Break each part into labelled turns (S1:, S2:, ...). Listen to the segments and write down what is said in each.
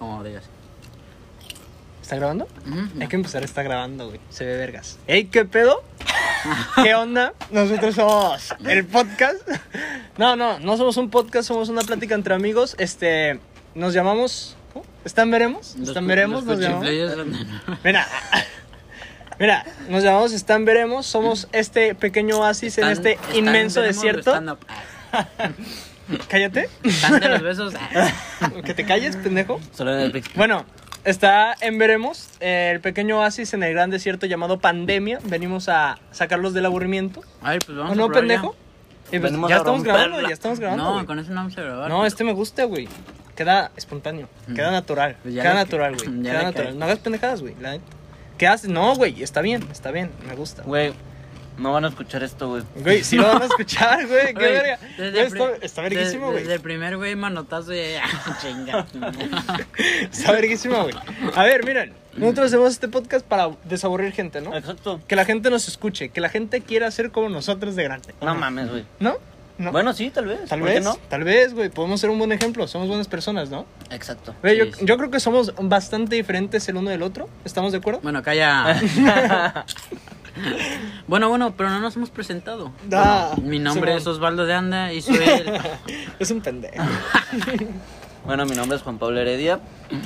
S1: bodegas.
S2: ¿Está grabando?
S1: Ujú.
S2: Hay que empezar, está grabando, güey. Se ve vergas. ¡Ey, qué pedo! ¿Qué onda? Nosotros somos el podcast. No, no, no somos un podcast, somos una plática entre amigos. Este, nos llamamos. ¿cómo? ¿Están veremos?
S1: Los
S2: ¿Están
S1: cu-
S2: veremos?
S1: los
S2: pues, Nos llamamos.
S1: cuchifleyes son-
S2: Mira, mira, nos llamamos Están veremos. Somos este pequeño oasis en
S1: están-
S2: este
S1: están-
S2: inmenso
S1: tenemos
S2: desierto.
S1: stand-up. Ah,
S2: Cállate.
S1: Están de los besos. Ah.
S2: que te calles, pendejo.
S1: Solo en el pic-
S2: Bueno, está en Veremos, eh, el pequeño oasis en el gran desierto llamado Pandemia. Venimos a sacarlos del aburrimiento.
S1: Ay, pues vamos
S2: ¿O
S1: a
S2: no,
S1: probar ya.
S2: pendejo? Y pues,
S3: Venimos
S2: ya
S3: a
S2: estamos
S3: romperla.
S2: grabando, ya estamos grabando.
S1: No,
S2: güey.
S1: con eso no vamos a grabar.
S2: No, este me gusta, güey. Queda espontáneo, queda natural,
S1: Pues ya
S2: queda
S1: la que-
S2: natural, güey.
S1: ya
S2: Queda
S1: la que-
S2: natural. No hagas pendejadas, güey. la neta. ¿Qué haces? No, güey, está bien, está bien, me gusta.
S3: Güey, no van a escuchar esto, güey.
S2: Güey, si lo van a escuchar, güey, qué
S1: Güey,
S2: verga.
S1: desde
S2: Güey,
S1: el
S2: está,
S1: pri-
S2: está
S1: de-
S2: verguísimo, güey.
S1: Desde el primer güey manotazo y ah, chinga.
S2: Está verguísima, güey. A ver, miren, nosotros hacemos este podcast para desaburrir gente, ¿no?
S3: Exacto.
S2: Que la gente nos escuche, que la gente quiera ser como nosotros de grande.
S3: No mames, güey.
S2: ¿No? ¿No?
S3: Bueno, sí, tal vez.
S2: tal
S3: ¿por qué
S2: vez,
S3: no?
S2: tal vez, güey, podemos ser un buen ejemplo, somos buenas personas, ¿no?
S1: Exacto.
S2: Güey, yo,
S1: Sí, sí.
S2: yo creo que somos bastante diferentes el uno del otro, ¿estamos de acuerdo?
S1: Bueno, calla. bueno, bueno, pero no nos hemos presentado.
S2: Ah,
S1: Mi nombre
S2: Simón.
S1: es Osvaldo de Anda y soy el...
S2: Es un pendejo.
S3: Bueno, mi nombre es Juan Pablo Heredia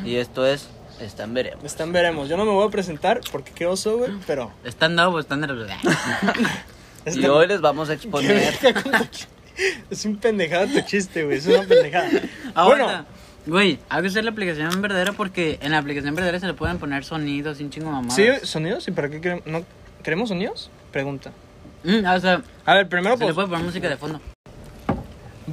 S3: y esto es Están Veremos.
S2: Están pues, veremos, yo no me voy a presentar porque qué oso, güey, pero...
S1: Están dado, pues están de los-
S3: Y
S2: Están-
S3: hoy les vamos a exponer.
S2: Es un pendejado tu chiste, güey, es una pendejada.
S1: Ahora,
S2: Bueno,
S1: Ah, güey, hay que usar la aplicación verdadera porque en la aplicación verdadera se le pueden poner sonidos sin chingo mamadas.
S2: ¿sí, sonidos? ¿Y para qué queremos? ¿No? ¿Queremos sonidos? Pregunta.
S1: Mm, ah, o sea,
S2: A ver, primero
S1: se le
S2: pues,
S1: puede poner música de fondo.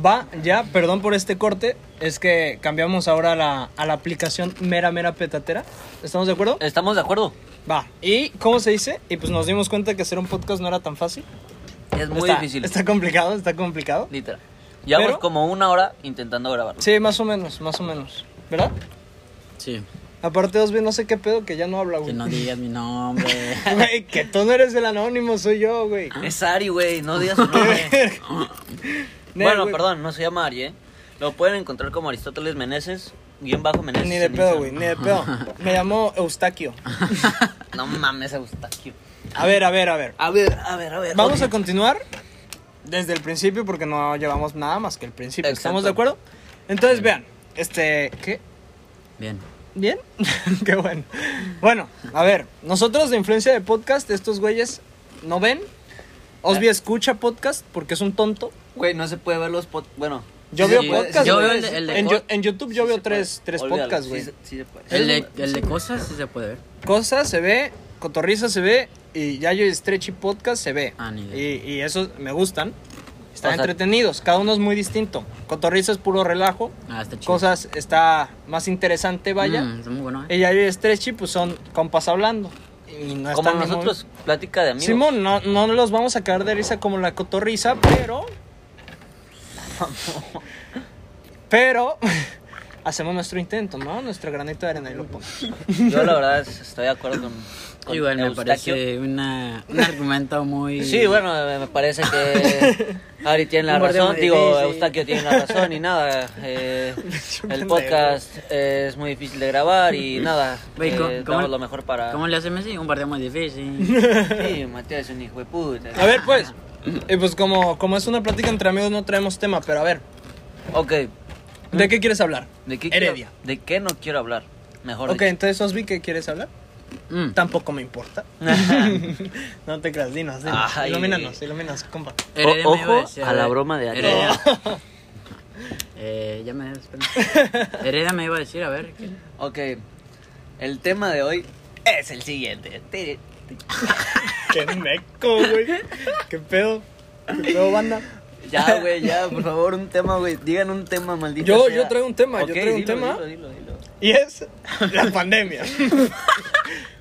S2: Va, ya, perdón por este corte. Es que cambiamos ahora a la, a la aplicación mera, mera petatera. ¿Estamos de acuerdo?
S3: ¿Estamos de acuerdo?
S2: Va. ¿Y cómo se dice? Y pues nos dimos cuenta que hacer un podcast no era tan fácil.
S3: Es muy
S2: está,
S3: difícil.
S2: Está complicado, está complicado.
S3: Literal. Llevamos
S2: Pero-
S3: como una hora intentando grabarlo.
S2: Sí, más o menos, más o menos. ¿Verdad?
S1: Sí.
S2: Aparte, Osby, no sé qué pedo que ya no habla,
S1: Que
S2: güey.
S1: no digas mi nombre.
S2: Güey, que tú no eres el anónimo, soy yo, güey.
S3: Es Ari, güey, no digas su nombre.
S2: Nel,
S3: bueno,
S2: güey.
S3: perdón, no se llama Ari, ¿eh? Lo pueden encontrar como Aristóteles Meneses, guión bajo Meneses.
S2: Ni de
S3: en
S2: pedo, güey,
S3: Instagram.
S2: ni de pedo. Me llamo Eustaquio.
S3: No mames, Eustaquio.
S2: A ver, a ver, a ver.
S3: A ver, a ver, a ver.
S2: Vamos
S3: oye.
S2: a continuar Eh, desde el principio porque no llevamos nada más que el principio. ¿Estamos
S3: Exacto.
S2: de acuerdo? Entonces, vean, este, ¿qué?
S1: Bien.
S2: ¿Bien? Qué bueno. Bueno, a ver, nosotros de influencia de podcast, estos güeyes no ven. Osby escucha podcast porque es un tonto.
S3: Güey, no se puede ver los pod... Bueno.
S2: Yo
S1: Sí,
S2: veo
S1: sí,
S2: podcast,
S1: yo veo
S2: güey.
S1: el de- el de
S2: en, yo-
S1: pod-
S2: en YouTube yo
S3: Sí
S2: veo
S3: se puede.
S2: tres, tres
S3: Olvídalo,
S2: podcasts,
S3: sí
S2: güey.
S3: se- Sí, se puede.
S1: El de, el de cosas sí se puede ver.
S2: Cosas se ve, Cotorriza se ve y Yayo y Stretchy Podcast se ve.
S1: Ah, ni
S2: y,
S1: idea.
S2: y esos me gustan. Están
S3: O sea-
S2: entretenidos, cada uno es muy distinto. Cotorriza es puro relajo,
S1: Ah, está chido.
S2: cosas está más interesante, vaya.
S1: Mm, está muy bueno, eh.
S2: Y Yayo y Stretchy pues son compas hablando. Y no
S3: Como
S2: están muy-
S3: nosotros, plática de amigos.
S2: Simón, no, no los vamos a caer de risa como la cotorriza, pero... pero... Hacemos nuestro intento, ¿no? Nuestro granito de arena y lo ponemos.
S3: Yo la verdad es- estoy de acuerdo con, con
S1: Igual me
S3: Eustaquio.
S1: parece una, un argumento muy...
S3: Sí, bueno, me me parece que Ari tiene la
S1: Un borde
S3: razón,
S1: muy
S3: digo,
S1: difícil.
S3: Eustaquio tiene la razón y nada, eh, el podcast es muy difícil de grabar y nada,
S1: Güey,
S3: eh,
S1: ¿cómo- cómo-
S3: damos lo mejor para...
S1: ¿Cómo le hace Messi? Un partido muy difícil.
S3: Sí, Mateo es un hijo de puta.
S2: A ver, pues. Y pues como, como es una plática entre amigos no traemos tema, pero a ver,
S3: Ok,
S2: ¿de qué quieres hablar?
S3: ¿de qué, quiero-
S2: Heredia.
S3: ¿de qué no quiero hablar? Mejor
S2: Ok, entonces Osby, ¿qué quieres hablar?
S1: Mm.
S2: Tampoco me importa.
S3: dicho.
S2: no te creas, dinos, dinos.
S3: Ay.
S2: Ilumínanos, ilumínanos, compa.
S1: Heredia
S3: O-
S1: me iba
S3: ojo
S1: decir,
S3: a la
S1: ver,
S3: broma de Ari.
S1: Heredia. eh, ya me... espera. Heredia me iba a decir, a ver. ¿qué?
S3: ok, el tema de hoy es el siguiente. Tiri, tiri.
S2: Qué meco, güey. Qué pedo. Qué pedo, banda.
S3: Ya, güey, ya, por favor, un tema, güey. Digan un tema, maldito.
S2: Yo- yo traigo un tema, yo traigo un tema.
S3: Dilo, dilo, dilo.
S2: Y es la pandemia.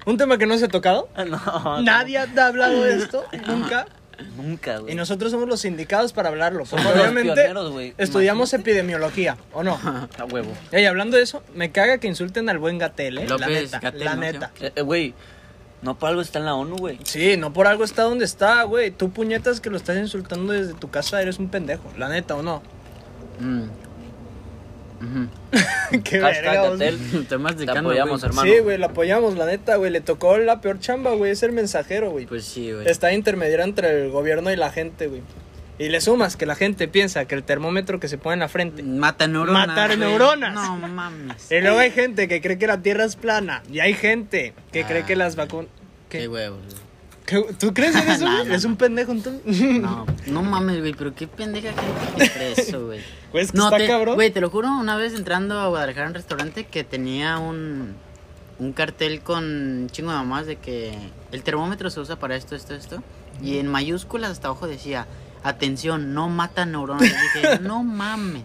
S2: Un tema que no se ha tocado.
S3: Ah, No,
S2: Nadie ha hablado de esto nunca.
S3: Nunca,
S2: Y
S3: güey.
S2: nosotros somos los indicados para hablarlo. porque
S3: Somos los
S2: obviamente
S3: pioneros, güey.
S2: estudiamos epidemiología, ¿o no?
S3: A huevo.
S2: Ey, hablando de eso, me caga que insulten al buen Gatel, ¿eh? la
S1: López
S2: neta,
S1: Gatell,
S2: la
S1: ¿no?
S2: neta.
S3: Eh, eh, Güey, no por algo está en la ONU, güey.
S2: Sí, no por algo está donde está, güey. Tú puñetas que lo estás insultando desde tu casa, eres un pendejo, la neta, ¿o no?
S1: Mm. Ujú.
S2: Qué
S3: Mm. Hashtag
S2: verga, vos.
S3: Gatel.
S1: Te más de
S3: Te
S1: cano,
S3: apoyamos,
S1: güey.
S3: hermano.
S2: Sí, güey, lo apoyamos, la neta, güey. Le tocó la peor chamba, güey, es ser mensajero, güey.
S1: Pues sí, güey.
S2: Está intermediario entre el gobierno y la gente, güey. Y le sumas que la gente piensa que el termómetro que se pone en la frente.
S1: Mata neuronas.
S2: Matar
S1: güey.
S2: neuronas.
S1: No mames.
S2: Y luego hay gente que cree que la tierra es plana. Y hay gente que cree que las vacunas.
S1: Qué, huevos, güey.
S2: ¿Tú crees en eso?
S1: No,
S2: güey?
S1: no.
S2: Es un pendejo entonces.
S1: No, no mames, güey, pero qué pendeja gente que cree eso, güey.
S2: Güey, es que
S1: no,
S2: está
S1: te,
S2: cabrón.
S1: Güey, te lo juro, una vez entrando a Guadalajara a un restaurante que tenía un, un cartel con un chingo de mamás de que el termómetro se usa para esto, esto, esto. Y en mayúsculas hasta abajo decía, atención, no mata neuronas. Y dije, no mames.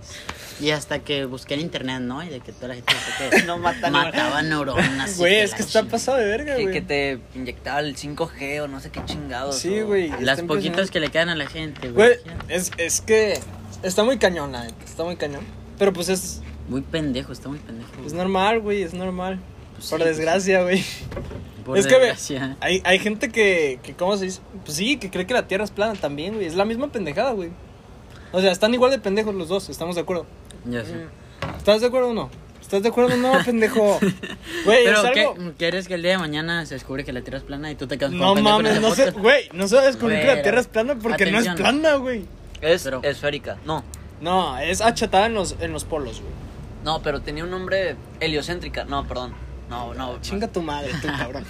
S1: Y hasta que busqué en internet, ¿no? Y de que toda la gente decía que
S3: No mata neuronas.
S1: mataba neuronas. y
S2: Güey, es
S1: la
S2: que está
S1: chingada.
S2: pasado de verga,
S3: Que,
S2: güey.
S3: que te inyectaba el 5G o no sé qué chingados.
S2: Sí,
S3: o-
S2: güey.
S1: Las poquitas
S2: está impresionante.
S1: que le quedan a la gente, güey.
S2: Güey, es, es que está muy cañón, la neta, Está muy cañón. Pero pues es,
S1: Muy pendejo, está muy pendejo.
S2: es normal, güey. Es normal.
S1: Pues
S2: Por
S1: sí, pues
S2: desgracia, güey.
S1: Por
S2: es que ve,
S1: desgracia.
S2: hay, hay gente que, que, ¿cómo se dice? Pues sí, que cree que la Tierra es plana también, güey. Es la misma pendejada, güey. O sea, están igual de pendejos los dos, estamos de acuerdo.
S1: Ya
S2: Mm,
S1: sé.
S2: ¿Estás de acuerdo o no? ¿Estás de acuerdo o no, pendejo? Güey, es
S1: Pero
S2: algo...
S1: ¿qué, ¿quieres que el día de mañana se descubre que la Tierra es plana y tú te quedas como
S2: No
S1: pendejo en
S2: mames,
S1: ese
S2: no se...
S1: podcast?
S2: Güey, no se va a descubrir que la
S1: Güey,
S2: Tierra es plana porque no es
S1: atención.
S2: plana, güey.
S3: Es
S1: Pero-
S3: esférica. No,
S2: No, es achatada en los, en los polos, güey.
S3: no, pero tenía un nombre heliocéntrica. No, perdón. No, no. no.
S2: Chinga tu madre, tú, cabrón.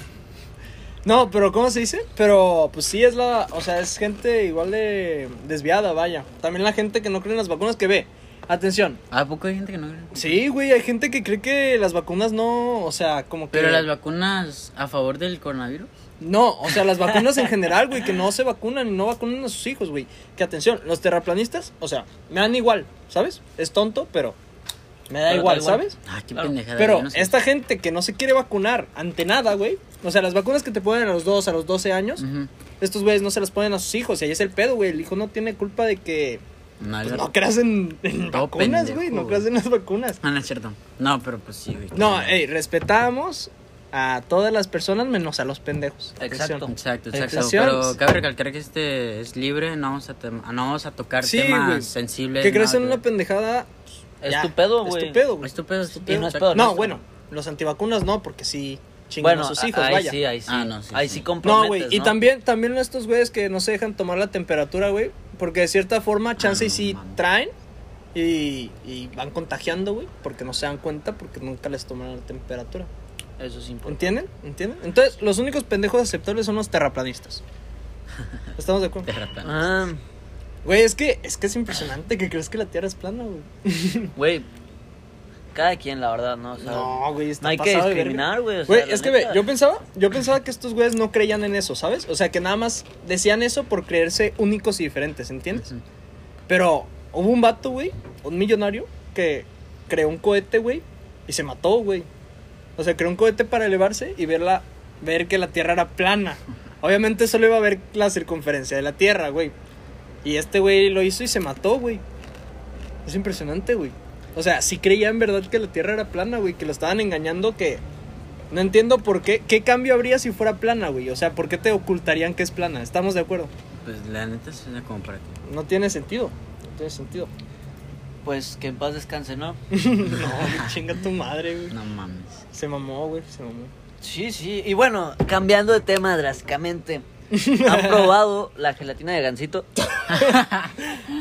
S2: No, pero ¿cómo se dice? Pero pues sí es la, o sea, es gente igual de desviada, vaya. También la gente que no cree en las vacunas que ve. Atención.
S1: ¿A poco hay gente que no cree?
S2: Sí, güey, hay gente que cree que las vacunas no, o sea, como que
S1: Pero las vacunas a favor del coronavirus.
S2: No, o sea, las vacunas en general, güey, que no se vacunan y no vacunan a sus hijos, güey. Que atención, los terraplanistas, o sea, me dan igual, ¿sabes? Es tonto, pero me da
S3: Pero da
S2: igual,
S3: igual.
S2: ¿sabes?
S1: Ah, qué
S3: Claro,
S1: pendejada.
S2: Pero
S1: yo no sé.
S2: esta gente que no se quiere vacunar ante nada, güey. O sea, las vacunas que te ponen a los 2, a los 12 años,
S1: Ujú.
S2: estos güeyes no se las ponen a sus hijos. Y ahí es el pedo, güey. El hijo no tiene culpa de que
S1: No,
S2: pues,
S1: es
S2: no
S1: verdad.
S2: creas en, en
S1: Todo
S2: vacunas, güey.
S1: pendejo,
S2: No
S1: güey.
S2: creas en las vacunas.
S1: Ah, no es cierto. No, pero pues sí, güey.
S3: Ah.
S2: No, ey, respetamos a todas las personas menos a los pendejos.
S3: Exacto.
S1: Exacto, exacto.
S2: Excepciones.
S1: Pero cabe recalcar que este es libre, no vamos a, tem- no vamos a tocar
S2: Sí,
S1: temas
S2: güey.
S1: sensibles.
S2: Que crees
S1: nada
S2: en una pendejada. pues,
S3: Es
S2: ya,
S3: tu pedo,
S2: Es
S3: güey.
S2: tu pedo, güey.
S1: Estúpido,
S3: Y no es
S1: exacto.
S3: pedo,
S2: No, bueno, los antivacunas no, porque sí chingan
S3: Bueno,
S2: a sus hijos,
S3: ahí
S2: vaya.
S3: sí, ahí sí.
S1: Ah, no, sí,
S3: ahí
S1: sí.
S3: sí,
S2: no,
S3: comprometes,
S2: güey, y
S3: ¿no?
S2: también también estos güeyes que no se dejan tomar la temperatura, güey, porque de cierta forma
S3: Ah,
S2: chance y
S1: no,
S2: sí
S1: mames.
S2: traen y, y van contagiando, güey, porque no se dan cuenta porque nunca les toman la temperatura.
S3: Eso es importante.
S2: ¿Entienden? ¿Entienden? Entonces, los únicos pendejos aceptables son los terraplanistas. ¿Estamos de acuerdo?
S1: Terraplano.
S3: Ah,
S2: Güey, es que es que es impresionante que crees que la Tierra es plana, güey.
S3: güey. Cada quien, la verdad, ¿no? O sea,
S2: No, güey, está
S3: no hay que
S2: pasado de verga.
S3: discriminar, güey. o sea,
S2: Güey,
S3: la
S2: es que ve,
S3: neta.
S2: yo pensaba, yo pensaba que estos güeyes no creían en eso, ¿sabes? O sea, que nada más decían eso por creerse únicos y diferentes, ¿entiendes?
S1: Ujú.
S2: Pero hubo un vato, güey, un millonario, que creó un cohete, güey, y se mató, güey. O sea, creó un cohete para elevarse y ver, la, ver que la Tierra era plana. Obviamente solo iba a ver la circunferencia de la Tierra, güey. Y este güey lo hizo y se mató, güey. Es impresionante, güey. O sea, sí creía en verdad que la Tierra era plana, güey, que lo estaban engañando, que... No entiendo por qué, qué cambio habría si fuera plana, güey. O sea, ¿por qué te ocultarían que es plana? Estamos de acuerdo.
S1: Pues la neta suena como para que.
S2: No tiene sentido. No tiene sentido.
S3: Pues que en paz descanse, ¿no?
S2: No, güey, chinga tu madre, güey.
S1: No mames.
S2: Se mamó, güey, se mamó.
S3: Sí, sí. Y bueno, cambiando de tema drásticamente. ¿Han probado la gelatina de gansito?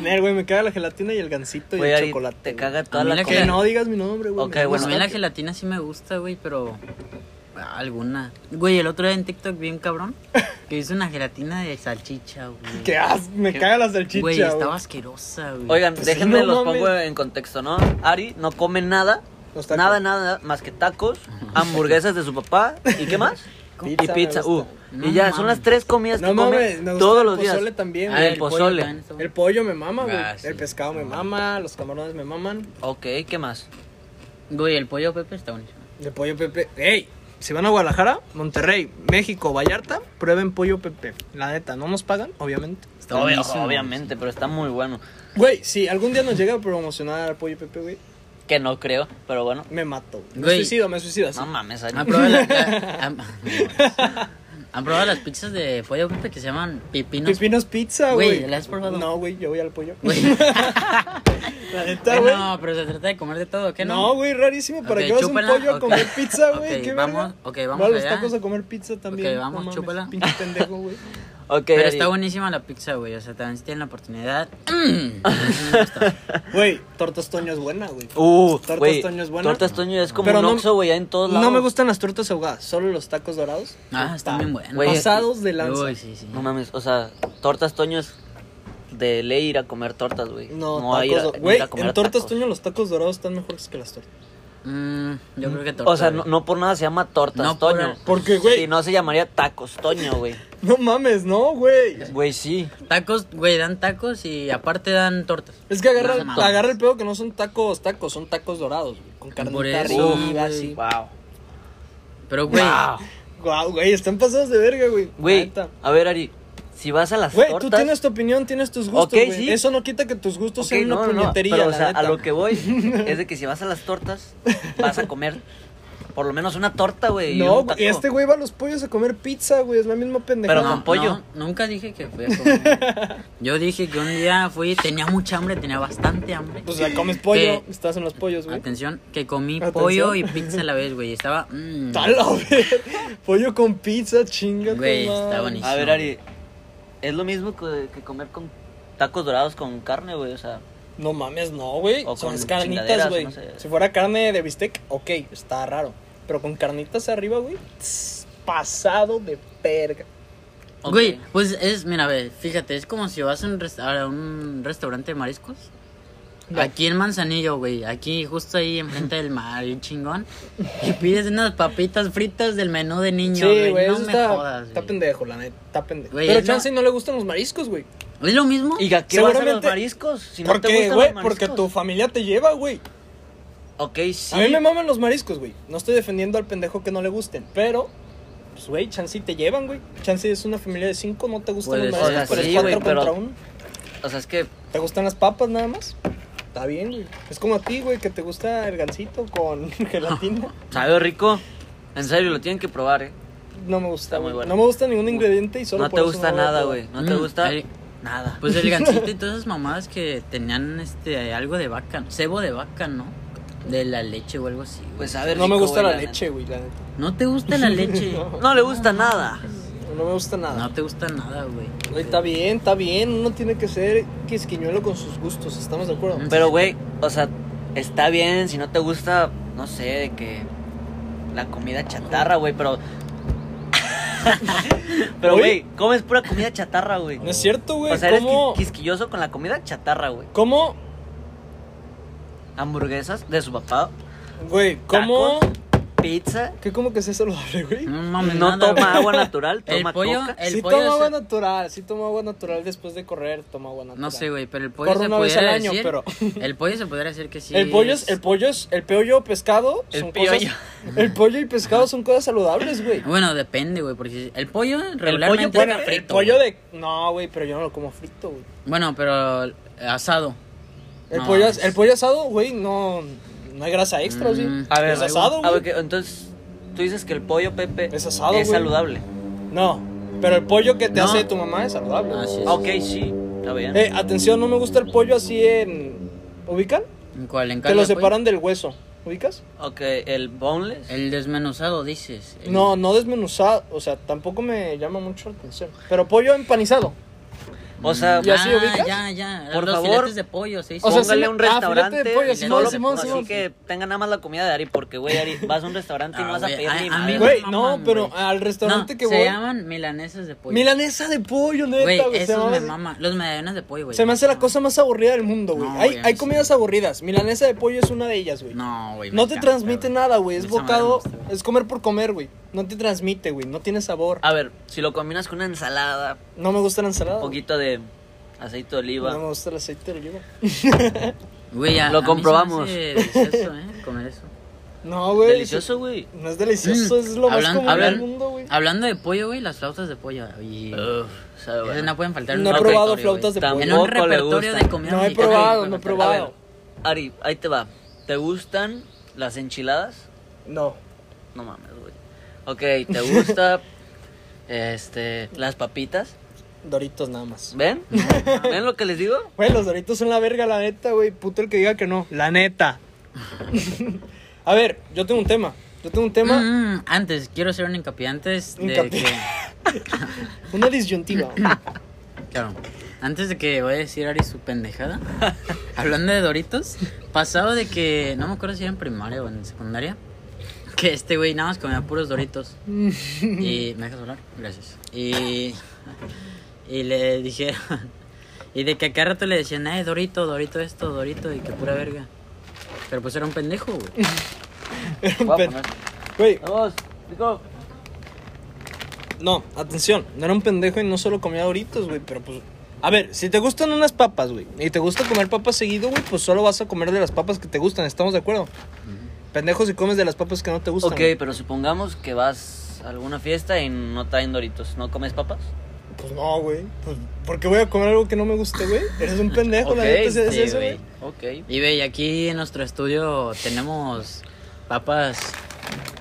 S2: Nel, güey, me caga la gelatina y el gansito y
S3: Güey,
S2: el
S3: ahí
S2: chocolate.
S3: te
S2: güey.
S3: caga
S1: A
S3: toda
S1: mí
S3: la
S1: la
S2: Que
S1: gelatina.
S3: comida.
S2: no digas mi nombre, güey.
S3: Ok,
S2: me
S3: bueno,
S1: Bueno, a mí la
S2: gusta.
S1: gelatina sí me gusta, güey, pero ah, alguna. Güey, el otro día en TikTok vi un cabrón que hizo una gelatina de salchicha, güey.
S2: Qué as... Me
S3: Qué-
S2: caga la salchicha,
S1: Güey,
S2: güey.
S1: estaba asquerosa, güey.
S3: Oigan,
S2: Pues
S3: déjenme
S2: no
S3: los
S2: mames.
S3: pongo en contexto, ¿no? Ari no come nada,
S2: Los tacos.
S3: nada, nada, más que tacos, hamburguesas de su papá y qué más?
S2: Pizza,
S3: y
S2: me
S3: pizza,
S2: gusta.
S3: uh.
S1: No
S3: y ya, son
S1: mames.
S3: las tres comidas que
S2: No
S3: come
S2: mames, me gusta
S3: todos
S2: el
S3: los días.
S2: pozole también,
S1: Ah,
S2: güey.
S3: el pozole.
S1: también está bueno.
S2: El pollo me mama, güey.
S1: Ah, sí.
S2: El pescado me mama, los camarones me maman.
S3: Ok, ¿qué más?
S1: Güey, el pollo Pepe está buenísimo.
S2: El pollo Pepe. ¡Ey! Si van a Guadalajara, Monterrey, México, Vallarta, prueben pollo Pepe. La neta, no nos pagan, obviamente.
S1: Está
S3: Obvio-
S1: buenísimo.
S3: obviamente, pero está muy bueno.
S2: Güey, si algún día nos llega a promocionar pollo Pepe, güey,
S3: Que no creo, pero bueno.
S2: me mato. güey. Me
S1: Güey.
S2: Ah, suicido, me suicido. así.
S3: No mames, Ari.
S1: Ah, probé la- la- ah, ¿Han probado las pizzas de pollo Pepe que se llaman pepinos?
S2: Pepinos Pues pizza,
S1: Güey,
S2: güey.
S1: ¿la has probado?
S2: No, güey, yo voy al pollo.
S1: Güey.
S2: La neta,
S1: Ay,
S2: güey.
S1: Eh, no, pero se trata de comer de todo, ¿qué no?
S2: No, güey, rarísimo. ¿Para
S1: Ok,
S2: qué vas
S1: chúpala,
S2: a un pollo
S1: ok.
S2: a comer pizza, güey?
S1: Ok,
S2: ¿Qué
S1: vamos-
S2: verga?
S1: ok, vamos
S2: Va a los
S1: allá.
S2: tacos a comer pizza también.
S1: vamos,
S2: no mames,
S1: chúpala.
S2: Pinche pendejo, güey.
S3: Ok,
S1: Pero
S3: Eric.
S1: está buenísima la pizza, güey. O sea, también si tienen la oportunidad. Mm.
S2: Güey, tortas toño es buena, güey.
S3: Uh,
S2: Tortas
S3: güey,
S2: Toño es buena.
S3: Tortas Toño es como
S2: Pero
S3: un
S2: no-
S3: oxo, güey, ya en todos lados.
S2: No me gustan las tortas ahogadas, solo los tacos dorados.
S1: ah, están bien buenas.
S3: Güey,
S2: Pasados de lanza.
S1: Uy, sí, sí.
S3: No mames, o sea, Tortas Toño es de ley ir a comer tortas, güey.
S2: No,
S3: a ir a-
S2: tacos. do-
S3: ir a
S2: Güey,
S3: comer
S2: en tortas
S3: tacos.
S2: Toño los tacos dorados están mejores que las tortas.
S1: Mm, yo creo que torta.
S3: O sea, no,
S1: güey.
S3: no por nada se llama Tortas
S1: No por-
S3: Toño.
S2: Porque, güey.
S3: Si no, se llamaría Tacos Toño, güey.
S2: No mames, no, güey.
S3: Güey, sí.
S1: Tacos, güey, dan tacos y aparte dan tortas.
S2: Es que agarra,
S1: No, no, no.
S2: agarra el pedo que no son tacos, tacos, son tacos dorados, güey, con
S1: Por eso,
S2: carnita arriba,
S1: güey.
S2: así.
S3: Wow.
S1: Pero, güey,
S3: Ah,
S2: Guau, güey, están pasados de verga, güey. La
S3: Güey,
S2: neta.
S3: a ver, Ari, si vas a las
S2: Güey,
S3: tortas...
S2: tú tienes tu opinión, tienes tus gustos,
S3: Ok,
S2: güey.
S3: sí.
S2: Eso no quita que tus gustos
S3: Ok,
S2: sean una
S3: no, no,
S2: puñetería,
S3: pero, o
S2: la
S3: sea,
S2: neta.
S3: a lo que voy es de que si vas a las tortas, vas a comer por lo menos una torta, güey. y
S2: No,
S3: un taco.
S2: güey, este güey va a los pollos a comer pizza, güey, es la misma pendejada.
S3: Pero con
S1: no,
S3: pollo.
S1: no, nunca dije que fui a comer. Yo dije que un día fui, tenía mucha hambre, tenía bastante hambre.
S2: Pues ya comes pollo,
S1: Eh,
S2: estás en los pollos, güey.
S1: Atención, que comí
S2: Atención.
S1: pollo y pizza a la vez, güey. Estaba. mm,
S3: Ah,
S2: Tala, güey. Pollo con pizza, chinga. tu
S1: Güey, está
S2: madre.
S1: buenísimo.
S3: A ver, Ari, es lo mismo que, que comer con tacos dorados con carne, güey, o sea...
S2: No mames, no, güey.
S3: O
S2: Son
S3: con
S2: carnitas,
S3: chingaderas,
S2: güey.
S3: no sé.
S2: Si fuera carne de bistec, ok, está raro. Pero con carnitas arriba, güey, tss, pasado de perga.
S3: ok.
S1: Güey, pues es, mira, ve, fíjate, es como si vas a un, resta- a un restaurante de mariscos.
S2: No.
S1: Aquí en Manzanillo, güey, aquí justo ahí enfrente del mar, bien chingón. Y pides unas papitas fritas del menú de niño,
S2: sí,
S1: güey.
S2: güey,
S1: no
S2: eso
S1: me
S2: está,
S1: jodas,
S2: está
S1: güey.
S2: pendejo, la neta, está pendejo.
S1: Güey,
S2: Pero
S1: es
S2: chance
S1: la-
S2: no le gustan los mariscos, güey.
S1: ¿Es lo mismo?
S3: ¿Y a qué vas a los
S2: Seguramente-
S3: mariscos? Si no
S2: ¿Por
S3: te
S2: qué,
S3: gustan
S2: güey?
S3: los
S2: Porque
S3: mariscos?
S2: tu familia te lleva, güey.
S3: Ok, sí.
S2: A mí me maman los mariscos, güey. No estoy defendiendo al pendejo que no le gusten, pero... Pues, güey, Chansey te llevan, güey. Chansey es una familia de cinco, no te gustan
S1: Puede
S2: los
S1: ser,
S2: mariscos, pero
S3: sí,
S2: es cuatro
S3: güey, pero-
S2: contra uno.
S3: O sea, es que...
S2: ¿Te gustan las papas nada más? Está bien, güey. Es como a ti, güey, que te gusta el gansito con gelatina.
S3: Sabe rico. En serio, lo tienen que probar, ¿eh?
S2: No me gusta,
S3: Está muy
S2: güey.
S3: bueno.
S2: No me gusta ningún ingrediente y solo
S3: No
S2: por
S3: te
S2: eso
S3: gusta
S2: lo voy a
S3: nada,
S2: probar.
S3: güey. No te
S1: Mm,
S3: gusta
S1: Ari,
S3: nada.
S1: Pues el gancito y todas esas mamadas que tenían este algo de vaca, cebo de vaca, ¿no? De la leche o algo así. güey.
S3: Pues a ver,
S2: No me
S3: rico,
S2: gusta
S3: güey,
S2: la
S3: neta.
S2: leche, güey, la neta.
S1: No te gusta la leche. no.
S3: No le gusta nada.
S2: No me gusta nada.
S1: te gusta nada, güey.
S2: Güey, está bien, está bien. Uno tiene que ser quisquiñuelo con sus gustos, ¿estamos de acuerdo?
S1: Mm.
S3: Pero, güey, o sea, está bien si no te gusta, no sé, de que la comida chatarra, güey, pero... pero,
S2: Oye.
S3: güey, comes pura comida chatarra, güey.
S2: No es cierto, güey.
S3: O sea, Pues eres
S2: ¿Cómo?
S3: qui- quisquilloso con la comida chatarra, güey.
S2: ¿Cómo?
S3: Hamburguesas de su papá,
S2: Güey, ¿cómo?
S3: Tacos. Mm. pizza,
S2: ¿Qué como que sea saludable, güey?
S1: No mames,
S3: no
S1: nada,
S3: toma
S1: güey.
S3: agua natural,
S1: El
S3: toma
S1: pollo-
S3: coca.
S1: el
S2: sí
S1: pollo
S2: toma agua
S1: se-
S2: natural, sí toma agua natural después de correr, toma agua natural.
S1: No sé, güey, pero el pollo
S2: Corro
S1: se
S2: una vez
S1: pudiera
S2: al año,
S1: decir.
S2: pero-
S1: El pollo se pudiera decir que sí.
S2: el pollo es, el pollo es, el pollo pescado
S3: El
S2: son
S3: piollo.
S2: cosas, el pollo y pescado son cosas saludables, güey.
S1: Bueno, depende, güey, porque el pollo regularmente
S3: pollo, bueno,
S1: está
S2: el
S1: frito.
S2: pollo
S1: güey.
S2: de no, güey, pero yo no lo como frito, güey.
S1: Bueno, pero eh, asado.
S2: El
S1: No,
S2: pollo,
S1: es-
S2: el pollo asado, güey, no no hay grasa extra, ¿o sí.
S1: Mm.
S3: A ver,
S2: es asado,
S3: a
S2: güey.
S3: ver, que- Ah, entonces, tú dices que el pollo, Pepe,
S2: Es asado, güey.
S3: saludable.
S2: No, pero el pollo que te
S1: No.
S2: hace tu mamá es saludable.
S1: Así es.
S3: Ah, Ok, sí, está bien.
S2: Eh, atención, no me gusta el pollo así en ¿ubican?
S1: ¿En pues? cuál? ¿En
S2: Que
S1: carne
S2: lo
S1: de pollo?
S2: separan del hueso. ¿Ubicas?
S3: Ok, el boneless.
S1: El desmenuzado, dices. El-
S2: No, no desmenuzado, o sea, tampoco me llama mucho la atención. Pero pollo empanizado.
S3: O sea,
S2: ¿Y así
S1: Ah,
S2: ubicas?
S1: Ya, ya.
S3: Por
S1: Los
S3: favor.
S1: filetes de pollo, sí. sí.
S2: O sea, sí
S3: póngale
S2: me-
S3: un
S2: ah, filete de
S3: restaurante
S2: pollo,
S3: y
S1: Simón,
S3: solo-
S2: Simón,
S3: así
S2: Simón.
S3: que tenga nada más la comida de Ari, porque, güey, Ari, vas a un restaurante y
S1: Ah,
S3: no vas a
S1: güey,
S3: pedir
S1: a-
S3: ni
S1: a mí
S3: madre.
S1: me-
S2: Güey,
S1: maman,
S2: no, pero
S1: güey.
S2: al restaurante
S1: No,
S2: que
S1: se
S2: voy.
S1: llaman milanesas de pollo.
S2: Milanesa de pollo, neta,
S1: Güey,
S2: güey, se
S1: esos
S2: llama
S1: me
S2: así.
S1: maman. Los medallones de pollo, güey.
S2: Se me hace la cosa más aburrida del mundo, güey.
S1: pues, No,
S2: hay
S1: güey, a mí
S2: hay
S1: sí.
S2: comidas aburridas. Milanesa de pollo es una de ellas, güey. No,
S1: No, güey. me
S2: te
S1: encanta,
S2: transmite nada, güey. Es
S1: Esa madre me
S2: bocado,
S1: gusta, güey. Ah.
S2: es comer por comer, güey. No te transmite, güey. No tiene sabor.
S3: A ver, si lo combinas con una ensalada,
S2: No me gusta la ensalada.
S3: un poquito de aceite de
S2: güey.
S3: oliva.
S2: No me gusta el aceite de oliva.
S1: Güey, a-
S3: Lo
S1: a mí se me
S3: comprobamos.
S1: hace delicioso, eh, comer eso.
S2: No, güey.
S3: Delicioso, güey.
S2: No es delicioso, es lo más
S1: Mm. Hablan-
S2: común
S1: hablan-
S2: del mundo, güey.
S1: Hablando de pollo, güey, las flautas de pollo. Y...
S3: Uf, sabe
S1: Esas
S3: bueno.
S1: no pueden faltar. en
S2: No he
S1: un
S3: ok.
S2: probado
S1: repertorio,
S2: flautas de
S1: güey.
S3: También.
S2: pollo.
S1: En un
S3: Tampoco le
S1: repertorio
S3: gusta.
S1: de comida
S2: No he
S1: mexicana,
S2: probado,
S1: güey,
S2: no he
S1: pero-
S3: A
S2: probado.
S3: ver, Ari, ahí te va. ¿Te gustan las enchiladas?
S2: No.
S3: No mames, güey. Ok, ¿te gusta Este, las papitas.
S2: Doritos nada más.
S3: ¿Ven? ¿Ven lo que les digo?
S2: Güey, los doritos son la verga, la neta, güey. Puto el que diga que no. La neta. A ver, yo tengo un tema. Yo tengo un tema.
S1: Mm, antes, quiero hacer un hincapié antes de
S2: Hincapié.
S1: que.
S2: Una disyuntiva.
S1: Claro. Antes de que vaya a decir Ari su pendejada, hablando de Doritos, pasado de que, no me acuerdo si era en primaria o en secundaria, que este güey nada más comía puros Doritos. Y, ¿me dejas hablar? Gracias. Y, y le dijeron, y de que a cada rato le decían, eh, Dorito, Dorito esto, Dorito, y que pura verga. Pero pues era un pendejo, güey.
S3: Voy a poner.
S2: Güey,
S3: Vamos, Nico.
S2: no, atención. No era un pendejo y no solo comía doritos, güey. Pero pues. A ver, si te gustan unas papas, güey, y te gusta comer papas seguido, güey, pues solo vas a comer de las papas que te gustan, ¿estamos de acuerdo? Pendejo si comes de las papas que no te gustan.
S3: Ok,
S2: güey.
S3: pero supongamos que vas a alguna fiesta y no traen doritos. ¿No comes papas?
S2: Pues no, güey. Pues, ¿Por qué voy a comer algo que no me guste, güey? Eres un pendejo, la
S3: Ok,
S2: neta, ¿sí es
S1: sí,
S2: eso,
S1: güey.
S2: güey.
S3: Ok.
S1: Y ve, y aquí en nuestro estudio tenemos papas,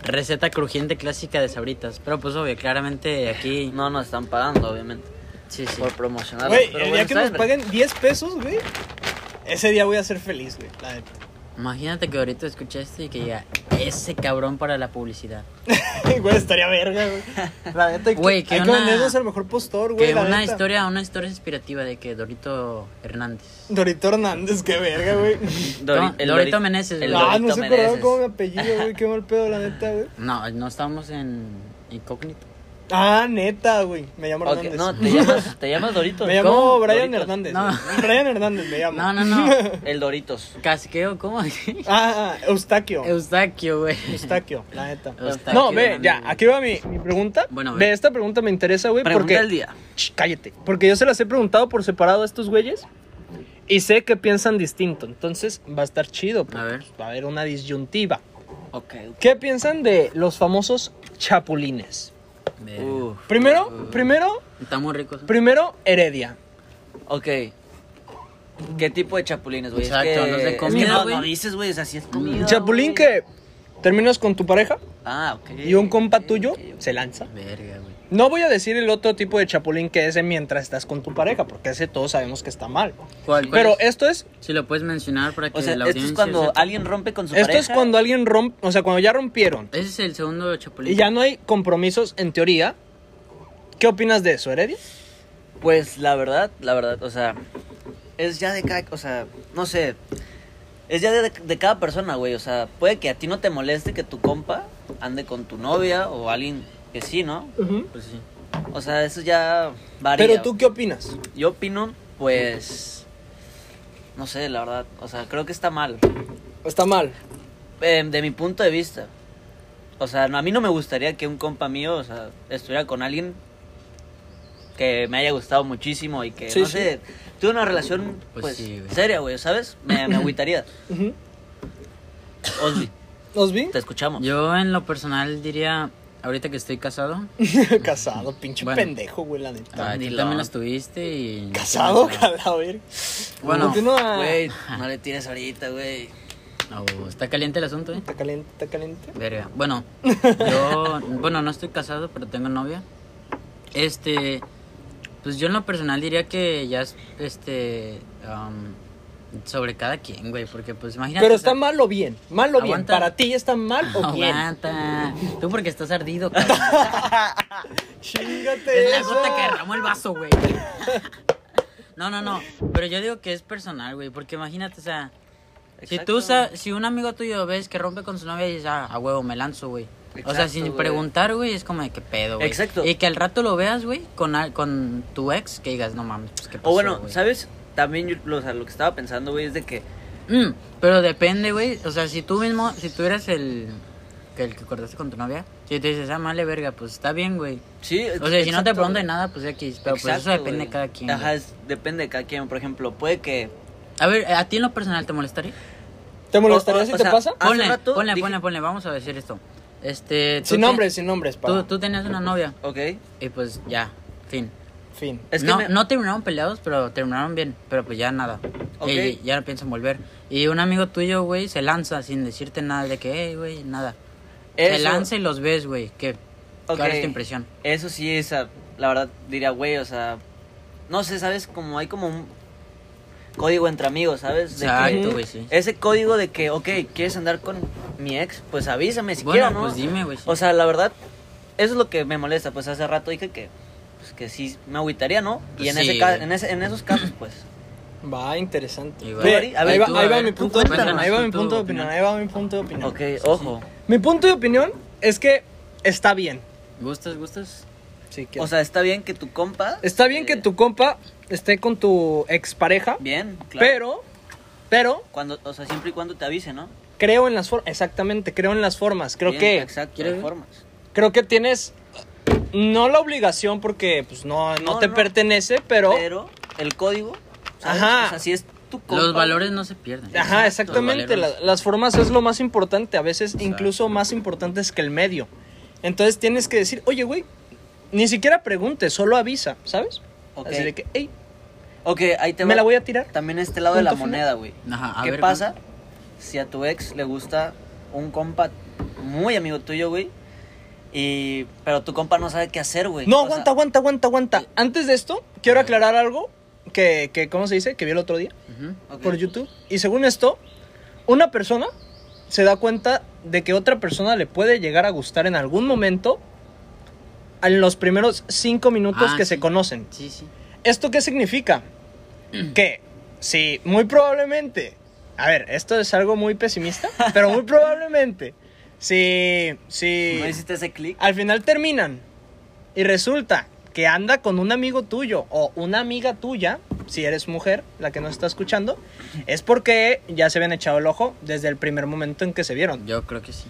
S1: receta crujiente clásica de sabritas. Pero pues obvio, claramente aquí...
S3: No nos están pagando, obviamente,
S1: Sí, sí.
S3: por promocionar.
S2: Güey, el día que nos paguen 10 pesos, güey, ese día voy a ser feliz, güey. La neta.
S1: Imagínate que ahorita escuché esto y que diga, ese cabrón para la publicidad.
S2: Güey, estaría verga, güey. La neta, hay que,
S1: Güey, que
S2: hay que
S1: una-
S2: vendernos el mejor postor, güey.
S1: que
S2: la
S1: una
S2: neta.
S1: historia, una historia inspirativa de que Dorito Hernández.
S2: Dorito Hernández, qué verga, güey.
S1: No, Dorito Meneses,
S3: El
S1: güey.
S2: Ah, no
S3: Dorito
S2: se acordaba
S3: Meneses.
S2: cómo mi apellido, güey. Qué mal pedo, la neta, güey.
S1: No, no estábamos en incógnito.
S2: Ah, neta, güey. Me llamo
S3: Ok,
S2: Hernández.
S3: no, te llamas, te llamas Doritos.
S2: Me llamo
S1: ¿Cómo?
S2: Brian
S3: Doritos.
S2: Hernández.
S1: No.
S2: güey. Brian Hernández, me llamo.
S1: No, no, no.
S3: El Doritos.
S1: Casqueo, ¿cómo?
S2: Ah, ah, Eustaquio.
S1: Eustaquio, güey.
S2: Eustaquio, la neta.
S1: Eustaquio
S2: No, ve,
S1: Hernández,
S2: ya,
S1: güey.
S2: aquí va mi, mi pregunta.
S1: Bueno, a ver.
S2: ve, esta pregunta me interesa, güey,
S3: Pregunta
S2: porque...
S3: del día.
S2: Ch, cállate. Porque yo se las he preguntado por separado a estos güeyes y sé que piensan distinto. Entonces va a estar chido. porque,
S1: A ver.
S2: pues, Va a haber una disyuntiva.
S3: Ok. ok.
S2: ¿Qué piensan de los famosos chapulines?
S1: Verga.
S3: Uf.
S2: Primero, primero,
S1: Está muy rico. ¿sí?
S2: primero Heredia.
S3: Ok. ¿Qué tipo de chapulines, güey?
S1: Exacto, los de
S3: es que
S1: comida,
S3: no,
S1: güey.
S3: no dices, güey, o sea, sí es comida.
S2: Un chapulín
S3: güey.
S2: que terminas con tu pareja
S3: Ah, ok.
S2: y un compa
S3: ok,
S2: tuyo
S3: ok, ok.
S2: se lanza.
S1: Verga, güey.
S2: No voy a decir el otro tipo de chapulín que ese mientras estás con tu pareja, porque ese todos sabemos que está mal.
S1: ¿Cuál, cuál
S2: Pero
S1: es?
S2: esto es
S1: Si lo puedes mencionar para que
S3: O sea,
S1: la
S3: esto
S1: audiencia...
S3: es cuando
S1: sepa.
S3: alguien rompe con su
S2: Esto
S3: pareja.
S2: es cuando alguien rompe, o sea, cuando ya rompieron
S1: Ese es el segundo chapulín.
S2: y ya no hay compromisos en teoría. ¿Qué opinas de eso, Heredia?
S3: Pues la verdad, la verdad, o sea, es ya de cada, o sea, no sé, es ya de, de cada persona, güey, o sea, puede que a ti no te moleste que tu compa ande con tu novia o alguien que sí, ¿no?
S1: Pues sí.
S3: O sea, eso ya varía.
S2: Pero tú qué opinas?
S3: Yo opino, pues, no sé, la verdad, o sea, creo que está mal,
S2: Está mal.
S3: eh, de mi punto de vista. O sea, no- a mí no me gustaría que un compa mío, o sea, estuviera con alguien que me haya gustado muchísimo y que,
S2: Sí,
S3: no
S2: sí.
S3: sé, tuve una relación,
S1: Pues
S3: pues,
S1: sí, güey.
S3: seria, güey, ¿sabes? Me, me agüitaría. Osby,
S2: ¿Nos vi?
S3: te escuchamos.
S1: Yo en lo personal diría, ahorita que estoy casado,
S2: Casado, pinche
S1: Bueno.
S2: pendejo, güey, la neta.
S1: ah, tú
S3: dilo.
S1: también lo estuviste y...
S2: Casado, cadáver.
S1: Bueno,
S2: Continúa.
S3: Güey, no le tires ahorita, güey.
S1: Oh, está caliente el asunto, ¿eh?
S2: Está caliente, está caliente.
S1: Verga. Bueno, yo, bueno, no estoy casado, pero tengo novia. Este, pues yo en lo personal diría que ya es, este, am, sobre cada quien, güey, porque pues imagínate.
S2: Pero
S1: o sea,
S2: está mal o bien. Mal o bien.
S1: Aguanta.
S2: Para ti está mal o bien.
S1: Aguanta. Tú porque estás ardido, cabrón.
S2: Chingate
S1: Es la
S2: eso.
S1: gota que derramó el vaso, güey. No, no, no. Pero yo digo que es personal, güey, porque imagínate, o sea, si tú,
S3: Exacto.
S1: sa- si un amigo tuyo ves que rompe con su novia y dices, ah, a huevo, me lanzo, güey. o sea,
S3: Exacto,
S1: sin
S3: güey.
S1: preguntar, güey, es como de qué pedo, güey.
S3: Exacto.
S1: Y que al rato lo veas, güey, con, al- con tu ex, que digas, no mames, pues qué pasó,
S3: O bueno,
S1: güey?"
S3: ¿sabes? También yo, lo, o sea, lo que estaba pensando, güey, es de que,
S1: Mm, pero depende, güey. O sea, si tú mismo, si tú eras el que, el que cortaste con tu novia, si te dices, ah, male verga, pues está bien, güey.
S3: sí.
S1: O sea, si no te
S3: exacto,
S1: preguntan
S3: güey.
S1: nada, pues X. Pero pues eso
S3: Exacto,
S1: depende
S3: güey.
S1: de cada quien.
S3: Ajá,
S1: güey.
S3: es- depende de cada quien. Por ejemplo, puede que
S1: A ver, ¿a ti en lo personal te molestaría?
S2: ¿Te molestaría
S3: O- o-
S2: si
S3: o
S2: te
S3: sea,
S2: pasa?
S3: Hace
S1: Ponle,
S3: rato
S1: ponle,
S3: dije-
S1: ponle, ponle, vamos a decir esto. Este. ah, tú
S2: Sin
S1: te-
S2: nombres, sin nombres,
S1: Tú,
S2: pa.
S1: tú tenías una novia
S3: Ok.
S1: y pues ya, fin.
S2: Fin.
S3: Es que
S1: no,
S3: me-
S1: no terminaron peleados, pero terminaron bien. Pero pues ya nada.
S3: Ok.
S1: Ey, ya no piensan volver. Y un amigo tuyo, güey, se lanza sin decirte nada de que, hey, güey, nada. Se
S3: Eso.
S1: lanza y los ves, güey. Que ¿Cuál es
S3: Ok.
S1: tu impresión?
S3: Eso sí, esa, la verdad diría, güey, o sea, no sé, ¿sabes? Como hay como un código entre amigos, ¿sabes? De
S1: Exacto,
S3: que-
S1: güey, sí.
S3: Ese código de que, ok, ¿quieres andar con mi ex? Pues avísame si
S1: Bueno,
S3: quiero, ¿no?
S1: pues dime, güey. sí.
S3: O sea, la verdad, eso es lo que me molesta, pues hace rato dije que, pues, que sí me agüitaría, ¿no? Y en,
S1: Pues Sí,
S3: ese, ca-
S1: güey.
S3: en, ese- en esos casos, pues,
S2: Va, interesante.
S1: Y
S3: Tú,
S1: va.
S2: Ve,
S3: Ari, a ver,
S2: ahí va,
S1: tú,
S2: ahí
S1: a
S2: va
S1: ver,
S2: mi
S1: tú
S2: punto de opinión.
S1: cuéntanos
S2: Ahí va
S1: tú
S2: mi
S1: tu
S2: punto de opinión. Ahí va mi punto de opinión.
S3: ok,
S1: pues,
S3: ojo.
S2: Mi punto de opinión es que está bien.
S1: ¿Gustas, gustas?
S2: Sí,
S3: O sea, está bien que tu compa...
S2: está bien que
S3: eh,
S2: tu compa esté con tu expareja,
S3: Bien, claro.
S2: pero, pero
S3: Cuando, o sea, siempre y cuando te avise, ¿no?
S2: creo en las formas. Exactamente, creo en las formas. Creo
S3: Bien,
S2: que,
S3: Exacto,
S1: ¿Quieres
S3: de
S1: ver?
S3: formas.
S2: creo que tienes no la obligación porque pues no, no,
S3: No,
S2: te
S3: no.
S2: pertenece, pero,
S3: pero el código, ¿sabes?
S2: Ajá.
S3: O sea, si es tu compa,
S1: Los valores no se pierden.
S2: Ajá,
S1: Exacto,
S2: exactamente.
S1: los
S2: la-
S1: valores.
S2: las formas es lo más importante, a veces incluso más importantes que el medio. Entonces tienes que decir, oye, güey, ni siquiera pregunte, solo avisa, ¿sabes?
S3: Ok.
S2: Así de que, hey,
S3: Ok, ahí te
S2: me
S3: va.
S2: la voy a tirar.
S3: También este lado de la
S2: Punto final.
S3: moneda, güey.
S1: Ajá, a
S3: ¿Qué
S1: ver,
S3: pasa si a tu ex le gusta un compa muy amigo tuyo, güey? Y... Pero tu compa no sabe qué hacer, güey.
S2: No,
S3: O sea,
S2: aguanta, aguanta, aguanta, aguanta. Antes de esto, quiero aclarar algo que, que ¿cómo se dice? Que vi el otro día
S1: Ujú.
S3: ok.
S2: por YouTube. Y según esto, una persona se da cuenta de que otra persona le puede llegar a gustar en algún momento en los primeros cinco minutos
S1: Ah,
S2: que
S1: sí.
S2: se conocen.
S1: Sí, sí.
S2: ¿Esto qué significa? Que si muy probablemente, a ver, esto es algo muy pesimista, pero muy probablemente, si, si
S3: ¿No hiciste ese clic?
S2: al final terminan y resulta que anda con un amigo tuyo o una amiga tuya, si eres mujer, la que nos está escuchando, es porque ya se habían echado el ojo desde el primer momento en que se vieron.
S1: Yo creo que sí.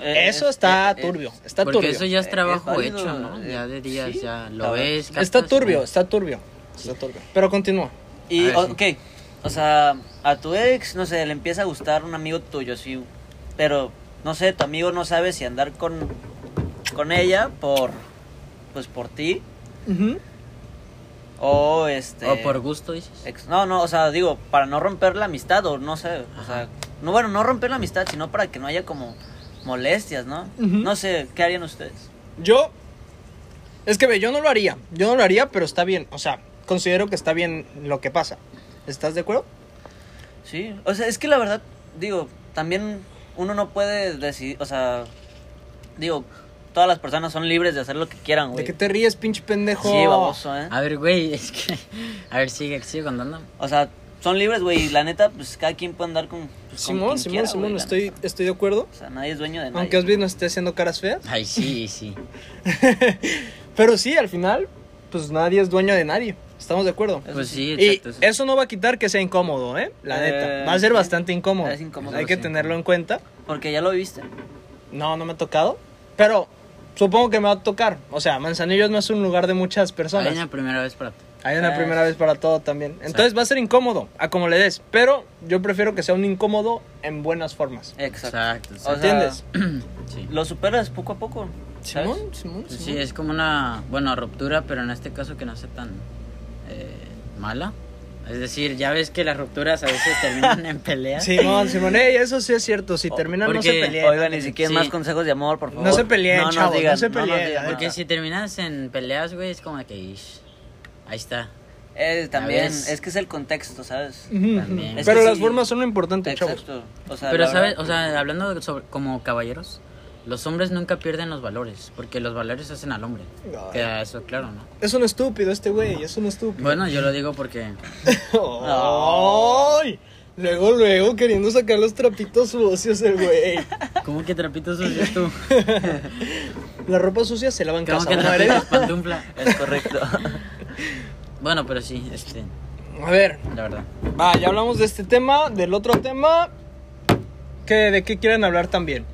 S3: Eh,
S2: Eso
S3: es-
S2: está
S3: eh, eh,
S2: turbio, está
S1: Porque
S2: turbio.
S1: eso ya es
S3: Eh,
S1: trabajo
S3: es válido,
S1: hecho, ¿no? Ya de días,
S3: sí,
S1: ya
S3: la
S1: lo
S3: verdad.
S1: ves.
S2: Está
S1: captas,
S2: turbio,
S1: ¿no?
S2: está turbio, está turbio. Pero continúa.
S3: Y,
S1: A ver,
S3: o- ok, o sea, a tu ex, no sé, le empieza a gustar un amigo tuyo, sí, pero, no sé, tu amigo no sabe si andar con, con ella por, pues, por ti, o este...
S1: O por gusto, dices.
S3: ex- no, no, o sea, digo, para no romper la amistad, o no sé, o sea, no, bueno, no romper la amistad, sino para que no haya como molestias, ¿no?
S2: Ujú.
S3: No sé, ¿qué harían ustedes?
S2: Yo. Es que ve, yo no lo haría. Yo no lo haría, pero está bien. O sea, considero que está bien lo que pasa. ¿Estás de acuerdo?
S3: Sí, o sea, es que la verdad, digo, también uno no puede decidir, o sea, digo, todas las personas son libres de hacer lo que quieran,
S2: ¿De
S3: güey.
S2: qué te ríes, pinche pendejo?
S3: Sí, baboso, ¿eh?
S1: A ver, güey, es que. A ver, sigue, sigue contando.
S3: O sea, son libres, güey, y la neta, pues cada quien puede andar con. pues, con
S2: Simón,
S3: quien
S2: Simón,
S3: quiera,
S2: Simón,
S3: güey, la
S2: estoy,
S3: neta.
S2: estoy de acuerdo.
S3: O sea, nadie es dueño de nadie.
S2: Aunque Osby no esté haciendo caras feas.
S1: Ay, sí, sí.
S2: Pero sí, al final, pues nadie es dueño de nadie. Estamos de acuerdo.
S3: Eso
S1: Pues sí,
S3: sí.
S2: Y
S1: exacto.
S2: eso no va a quitar que sea incómodo, ¿eh? La
S3: Eh,
S2: neta. Va a ser
S3: sí.
S2: bastante incómodo.
S3: Es incómodo.
S2: Hay que
S1: Sí.
S2: tenerlo en cuenta.
S3: Porque ya lo viste.
S2: No, no me ha tocado. Pero supongo que me va a tocar. O sea, Manzanillo no es un lugar de muchas
S1: Hay
S2: personas.
S1: una primera vez para ti.
S2: Hay una
S3: Ah,
S2: primera
S3: sí.
S2: vez para todo también. Entonces va a ser incómodo, a como le des. Pero yo prefiero que sea un incómodo en buenas formas.
S3: Exacto.
S1: Exacto,
S3: O
S1: sí.
S3: sea,
S2: ¿Entiendes?
S1: Sí.
S3: Lo superas poco a poco. ¿sabes?
S2: Simón, Simón,
S1: Pues sí,
S2: Simón.
S1: es como una, bueno, ruptura, pero en este caso que no sea tan eh, mala. Es decir, ya ves que las rupturas a veces terminan en peleas.
S2: Simón, Simón. Ey, eso sí es cierto. Si terminan, no
S1: porque-
S2: se peleen.
S3: Oigan, y si quieren
S1: Sí.
S3: más consejos de amor, por favor.
S2: No se peleen,
S3: nos
S2: chavos, no
S3: digan,
S2: se
S3: nos
S2: peleen,
S3: digan
S1: Porque
S3: nada.
S1: si terminas en peleas, güey, es como de que, "Ish, ahí está.
S3: Eh, también,
S1: ves.
S3: es que es el contexto, ¿sabes?
S2: Ujú,
S1: También.
S2: ujú.
S1: Es
S2: Pero
S3: que
S2: las
S3: sí.
S2: formas son lo importante, chavos.
S3: Exacto. O sea,
S1: pero,
S3: la
S1: ¿sabes?
S3: verdad, pues,
S1: o sea, hablando de sobre- como caballeros, los hombres nunca pierden los valores, porque los valores hacen al hombre.
S2: Ay.
S1: Queda eso claro, ¿no?
S2: Es un estúpido este güey, es un estúpido.
S1: Bueno, yo lo digo porque...
S2: Ay, Luego, luego, queriendo sacar los trapitos sucios el güey.
S1: ¿Cómo que trapitos sucios tú?
S2: La ropa sucia se lava en
S1: ¿Cómo
S2: casa.
S1: que
S2: ¿no, Heredia?
S1: trapitos pantufla?
S3: Es correcto.
S1: Bueno, pero sí, este,
S2: A ver,
S1: la verdad.
S2: Va, ya hablamos de este tema, del otro tema. ¿Qué, ¿De qué quieren hablar también?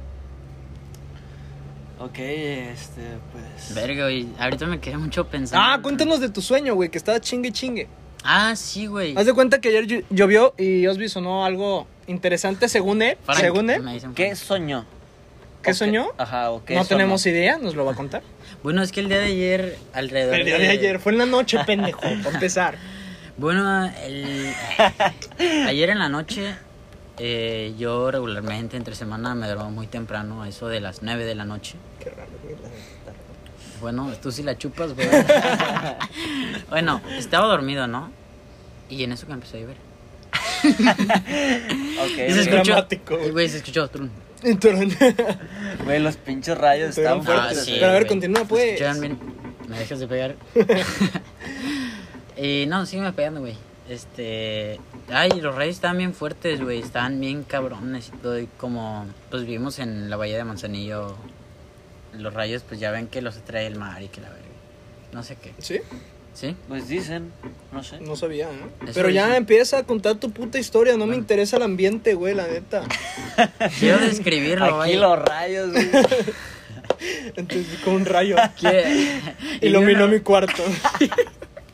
S3: ok, este, pues.
S1: Verga, güey. Ahorita me quedé mucho pensando.
S2: Ah, cuéntanos de tu sueño, güey, que estaba chingue chingue.
S1: Ah, sí, güey.
S2: Haz de cuenta que ayer llo- llovió y Osby sonó algo interesante según él.
S1: Frank,
S2: según él.
S1: me dicen
S3: ¿Qué
S1: Frank.
S3: soñó?
S2: ¿Qué
S3: ¿O
S2: soñó?
S3: Ajá, o qué
S2: No
S3: sonó?
S2: tenemos idea, nos lo va a contar.
S1: Bueno, es que el día de ayer, alrededor
S2: El día de ayer, fue en la noche, pendejo, por empezar.
S1: Bueno, el... ayer en la noche eh, yo regularmente entre semana me duermo muy temprano, a eso de las 9 de la noche.
S2: Qué raro, güey, la neta.
S1: Bueno, tú sí la chupas, güey. bueno, estaba dormido, ¿no? Y en eso que empezó a llover.
S3: Ok,
S1: Y se
S2: es
S3: güey.
S1: escuchó,
S2: dramático, güey.
S1: y, güey, se escuchó. trun.
S2: Entonces-
S3: Güey, los pinches rayos
S2: Estuvieron
S3: están
S2: fuertes.
S3: fuertes.
S1: Ah, sí,
S2: Pero a ver,
S1: güey.
S2: continúa,
S1: Se
S2: pues.
S1: escucharon bien. ¿Me dejas de pegar? y no, sígueme pegando, güey. Este. Ay, los rayos estaban bien fuertes, güey. Estaban bien cabrones y todo. Y como, pues vivimos en la bahía de Manzanillo. Los rayos, pues ya ven que los atrae el mar y que la verga. No sé qué.
S2: Sí,
S1: ¿Sí?
S3: Pues dicen, no sé.
S2: no sabía, ¿eh?
S1: Eso
S2: Pero ya
S1: dice.
S2: empieza a contar tu puta historia. No me
S1: Bueno.
S2: interesa el ambiente, güey, la neta.
S1: Quiero describirlo,
S3: Aquí
S1: güey.
S3: los rayos, güey.
S2: Entonces, con un rayo.
S1: Que-
S2: Y lo
S1: vi
S2: miró a
S1: una-
S2: mi cuarto.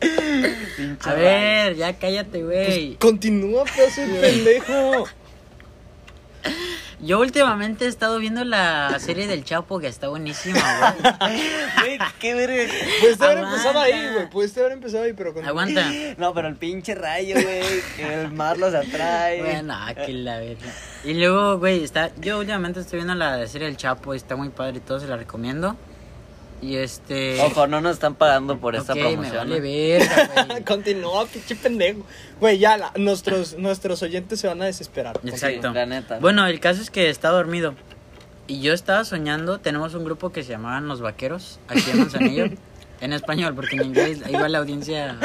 S3: Pinche
S1: A
S3: rayos.
S1: ver, ya cállate,
S2: Pues,
S1: güey.
S2: Continúa, pedazo de pendejo.
S1: Yo últimamente he estado viendo la serie del Chapo, que está buenísima, güey.
S3: Güey, qué verga.
S2: Pudiste haber empezado ahí,
S1: Aguanta.
S2: güey. Pudiste haber empezado ahí, pero continúa.
S1: Aguanta.
S3: No, pero el pinche rayo, güey. que el mar los atrae.
S1: Bueno, ah, que la verga. Y luego, güey, está. Yo últimamente estoy viendo la serie del Chapo, está muy padre y todo, se la recomiendo. Y este.
S3: Ojo, no nos están pagando Oh, por esta
S1: ok, me
S3: promoción.
S1: vale
S3: ¿eh?
S1: verga, güey.
S2: Continúa, pinche pendejo. Güey, ya, la- nuestros, nuestros oyentes se van a desesperar.
S1: Exacto.
S3: la neta.
S1: Bueno, el caso es que está dormido. Y yo estaba soñando, tenemos un grupo que se llamaban Los Vaqueros, aquí en Manzanillo. en español, porque en inglés ahí va la audiencia.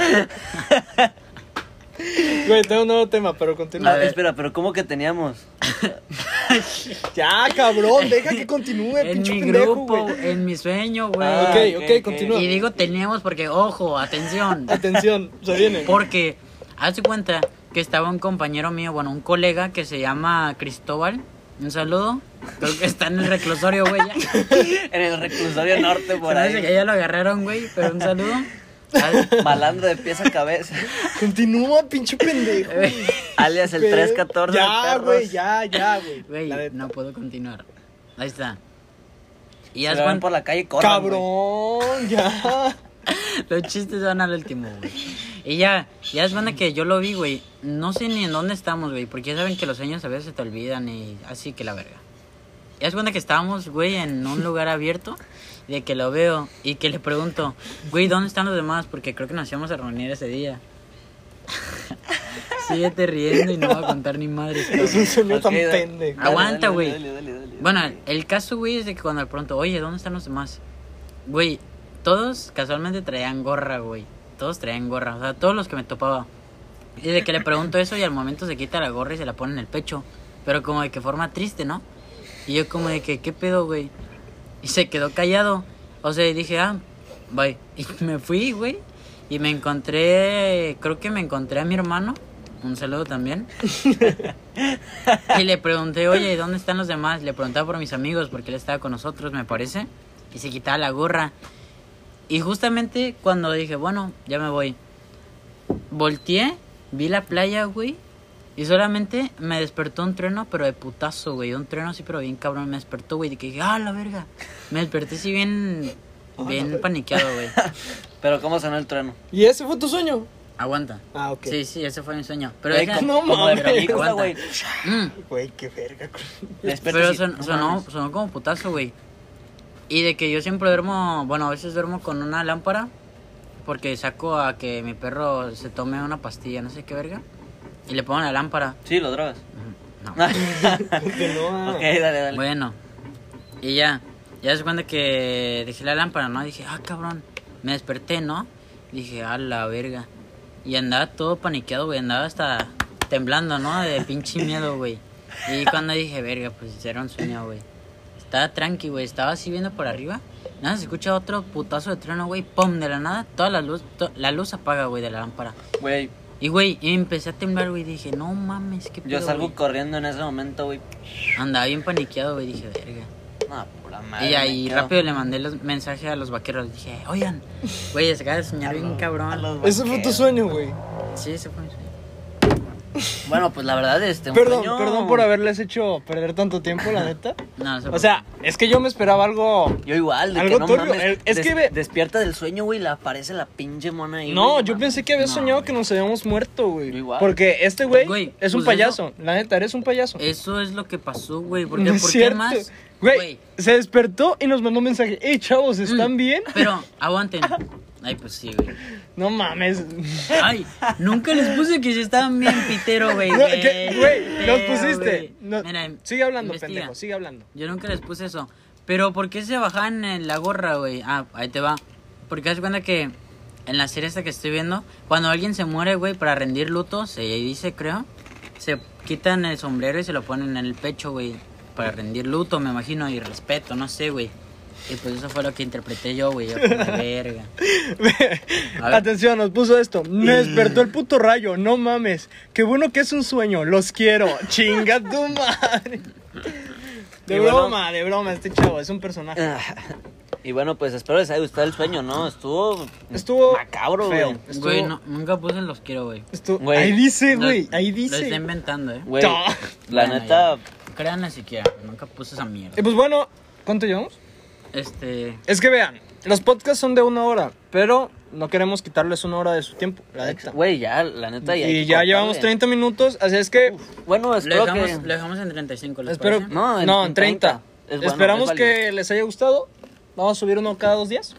S2: Güey, tengo un nuevo tema, pero
S3: No,
S2: continúa.
S1: A ver.
S3: espera, pero ¿cómo que teníamos?
S2: Ya, cabrón, deja que continúe,
S1: en
S2: pinche
S1: mi
S2: pendejo,
S1: grupo, eh,
S2: güey.
S1: en mi sueño, güey.
S3: Ah,
S2: ok, ok,
S3: ok, ok.
S2: continúa.
S1: Y digo teníamos porque, ojo, atención.
S2: Atención, se viene.
S1: Porque, hazte cuenta que estaba un compañero mío, bueno, un colega que se llama Cristóbal. Un saludo. Creo que está en el reclusorio, güey. ya.
S3: en el reclusorio norte,
S1: Se
S3: por
S1: me hace que
S3: ahí.
S1: ya lo agarraron, güey, pero un saludo. Al-
S3: Malandro de pies a cabeza.
S2: Continúa, pinche pendejo.
S3: Alias el 314.
S2: Ya,
S3: perros.
S2: güey, ya, ya, güey. La
S1: Güey,
S2: neta.
S1: no puedo continuar. Ahí está. Y
S3: Si
S1: haz
S3: lo ven
S1: cuenta,
S3: por la calle, corran, güey.
S2: Cabrón, ya.
S1: los chistes van al último, güey. Y ya, ya es cuenta que yo lo vi, güey. No sé ni en dónde estamos, güey, porque ya saben que los sueños a veces se te olvidan y así que la verga. Ya es cuenta que estábamos, güey, en un lugar abierto, de que lo veo y que le pregunto, güey, ¿dónde están los demás? Porque creo que nos íbamos a reunir ese día. Síguete riendo y no va a contar ni madres. cabrón.
S2: Es un sueño
S3: Ok,
S2: tan
S3: dale,
S2: pendejo.
S3: dale,
S1: Aguanta,
S3: dale,
S1: güey.
S3: dale, dale, dale, dale.
S1: Bueno, el caso, güey, es de que cuando de pronto, oye, ¿dónde están los demás? Güey, todos casualmente traían gorra, güey. Todos traían gorra, o sea, todos los que me topaba. Y de que le pregunto eso y al momento se quita la gorra y se la pone en el pecho. Pero como de que forma triste, ¿no? Y yo como de que, ¿qué pedo, güey? Y se quedó callado. O sea, y dije, ah, bye. Y me fui, güey. Y me encontré, creo que me encontré a mi hermano. Un saludo también. Y le pregunté, oye, ¿dónde están los demás? Le preguntaba por mis amigos, porque él estaba con nosotros, me parece. Y se quitaba la gorra. Y justamente cuando dije, bueno, ya me voy. Volteé, vi la playa, güey. Y solamente me despertó un trueno, pero de putazo, güey. Un trueno así, pero bien cabrón. Me despertó, güey. De que dije, ah, la verga. Me desperté así bien, bien paniqueado, güey.
S3: Pero ¿cómo sonó el trueno?
S2: ¿Y ese fue tu sueño?
S1: Aguanta.
S2: Ah, ok.
S1: Sí, sí, ese fue mi sueño. Pero
S3: Güey,
S1: deja-
S2: no
S3: como, como de
S2: mames.
S3: película,
S1: Aguanta.
S3: güey.
S1: Mm.
S2: Güey, qué verga.
S3: Despierta
S1: Pero
S3: y-
S1: son-
S3: no
S1: sonó,
S3: mames.
S1: sonó como putazo, güey. Y de que yo siempre duermo, bueno, a veces duermo con una lámpara porque saco a que mi perro se tome una pastilla, no sé qué verga, y le pongo la lámpara.
S3: Sí, lo drogas.
S1: No.
S2: Continúa.
S3: ok, dale, dale.
S1: Bueno, y ya, ya se cuenta que dejé la lámpara, ¿no? Dije, ah, cabrón, me desperté, ¿no? Dije, a la verga. Y andaba todo paniqueado, güey, andaba hasta temblando, ¿no? De pinche miedo, güey. Y cuando dije, verga, pues era un sueño, güey. Estaba tranqui, güey, estaba así viendo por arriba. Nada, se escucha otro putazo de trueno, güey, pum, de la nada, toda la luz, to- la luz apaga, güey, de la lámpara.
S3: Güey,
S1: Y, güey, y empecé a temblar, güey, dije, no mames, qué
S3: yo
S1: pedo,
S3: salgo
S1: güey.
S3: corriendo en ese momento, güey.
S1: Andaba bien paniqueado, güey, dije, verga.
S3: No, pura madre.
S1: Y ahí
S3: me quedo.
S1: rápido le mandé los mensajes a los vaqueros. Dije, oigan, güey, se acaba de soñar bien
S3: A
S1: cabrón.
S3: los
S2: Ese fue tu
S3: vaqueros.
S2: sueño, güey.
S1: Sí, se fue. mi sueño.
S3: Bueno, pues la verdad, este. un
S2: Perdón,
S3: sueño-
S2: perdón por haberles hecho perder tanto tiempo, la neta.
S1: No, se
S2: O sea, es que yo me esperaba algo.
S3: Yo igual, de
S2: Algo
S3: que no
S2: turbio,
S3: mames,
S2: el- es
S3: des-
S2: que ve-
S3: despierta del sueño, güey, la aparece la pinche mona ahí.
S2: No,
S3: güey,
S2: yo
S3: mames.
S2: pensé que habías
S1: No,
S2: soñado
S1: güey.
S2: que nos habíamos muerto, güey.
S3: Yo igual.
S2: Porque este güey
S1: Güey,
S2: es un
S1: pues
S2: payaso. La neta, eres un payaso.
S1: Eso es lo que pasó, güey. ¿Por
S2: No
S1: qué,
S2: es
S1: ¿por qué
S2: cierto.
S1: más?
S2: Güey, se despertó y nos mandó un mensaje. Hey, chavos, ¿están
S1: Mm,
S2: bien?
S1: Pero, aguanten. Ay, pues sí, güey.
S2: No mames.
S1: Ay, nunca les puse que se estaban bien pitero, güey.
S2: No, ¿qué? Güey, los
S1: Pero,
S2: pusiste.
S1: güey.
S2: No,
S1: Mira,
S2: sigue hablando,
S1: investiga.
S2: pendejo, sigue hablando.
S1: Yo nunca les puse eso. Pero, ¿por qué se bajaban en la gorra, güey? Ah, ahí te va. Porque haz cuenta que en la serie esta que estoy viendo, cuando alguien se muere, güey, para rendir luto, se dice, creo, se quitan el sombrero y se lo ponen en el pecho, güey, para rendir luto, me imagino, y respeto, no sé, güey. Y pues eso fue lo que interpreté yo, güey. Yo como, verga. A ver.
S2: Atención, nos puso esto. Me
S3: Eh.
S2: despertó el puto rayo, no mames. Qué bueno que es un sueño, los quiero. Chinga tu madre. De
S3: Y bueno-
S2: broma, de broma, este chavo es un personaje.
S3: Y bueno, pues espero les haya gustado el sueño, ¿no? Estuvo.
S2: Estuvo
S3: Macabro,
S2: feo.
S3: güey.
S2: Estuvo-
S1: Güey, no, nunca puse los quiero, güey.
S2: estuvo-
S3: Güey.
S2: Ahí dice,
S1: Lo-
S2: güey, ahí
S1: Lo está
S2: dice.
S1: inventando, eh.
S3: Güey,
S2: Ta.
S3: la
S1: Bueno,
S3: neta.
S1: ya. Créanle siquiera, nunca puse esa mierda.
S2: Y pues bueno, ¿cuánto llevamos?
S1: Este.
S2: Es que vean, los podcasts son de una hora, pero no queremos quitarles una hora de su tiempo, la neta.
S3: Güey, ya, la neta. Ya hay
S2: Y
S3: que
S2: ya
S3: cortarle.
S2: llevamos 30 minutos, así es que
S3: Bueno,
S1: Lo
S3: espero
S1: dejamos,
S3: que.
S1: lo dejamos en 35, ¿les
S2: espero...
S1: parece?
S3: No,
S2: No,
S3: en-
S2: en,
S3: en
S2: 30.
S3: 30. Es bueno,
S2: Esperamos
S3: es válido.
S2: que les haya gustado. Vamos a subir uno cada dos días.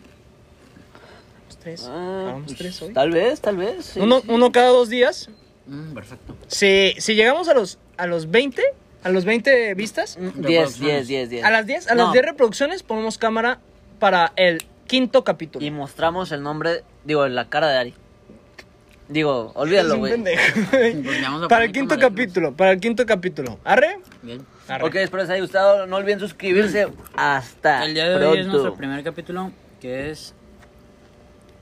S2: Vamos tres.
S3: Ah,
S2: Vamos
S3: pues,
S2: tres hoy.
S3: Tal vez, tal vez. sí,
S2: Uno,
S3: sí.
S2: uno cada dos días.
S1: Mm, perfecto.
S2: Si, si llegamos a los, a los 20, a los 20 vistas,
S3: Mm,
S1: De
S3: 10,
S1: producciones.
S3: 10, 10, 10.
S2: a las 10, a
S3: No.
S2: las 10 reproducciones ponemos cámara para el quinto capítulo.
S3: Y mostramos el nombre, digo, la cara de Ari. Digo, olvídalo,
S2: Es un
S3: güey.
S2: pendejo, güey.
S1: Pues vamos a
S2: Para el
S1: poner
S2: quinto
S1: cámaras,
S2: capítulo, para el quinto capítulo. ¿Arre?
S1: Bien.
S2: Arre.
S3: Ok, espero les haya gustado. No olviden suscribirse. Hasta
S1: El día de
S3: pronto.
S1: hoy es nuestro primer capítulo, que es...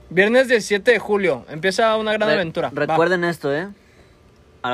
S2: Viernes 17 de julio. Empieza una gran
S3: Re-
S2: aventura. Va.
S3: Recuerden esto, ¿eh?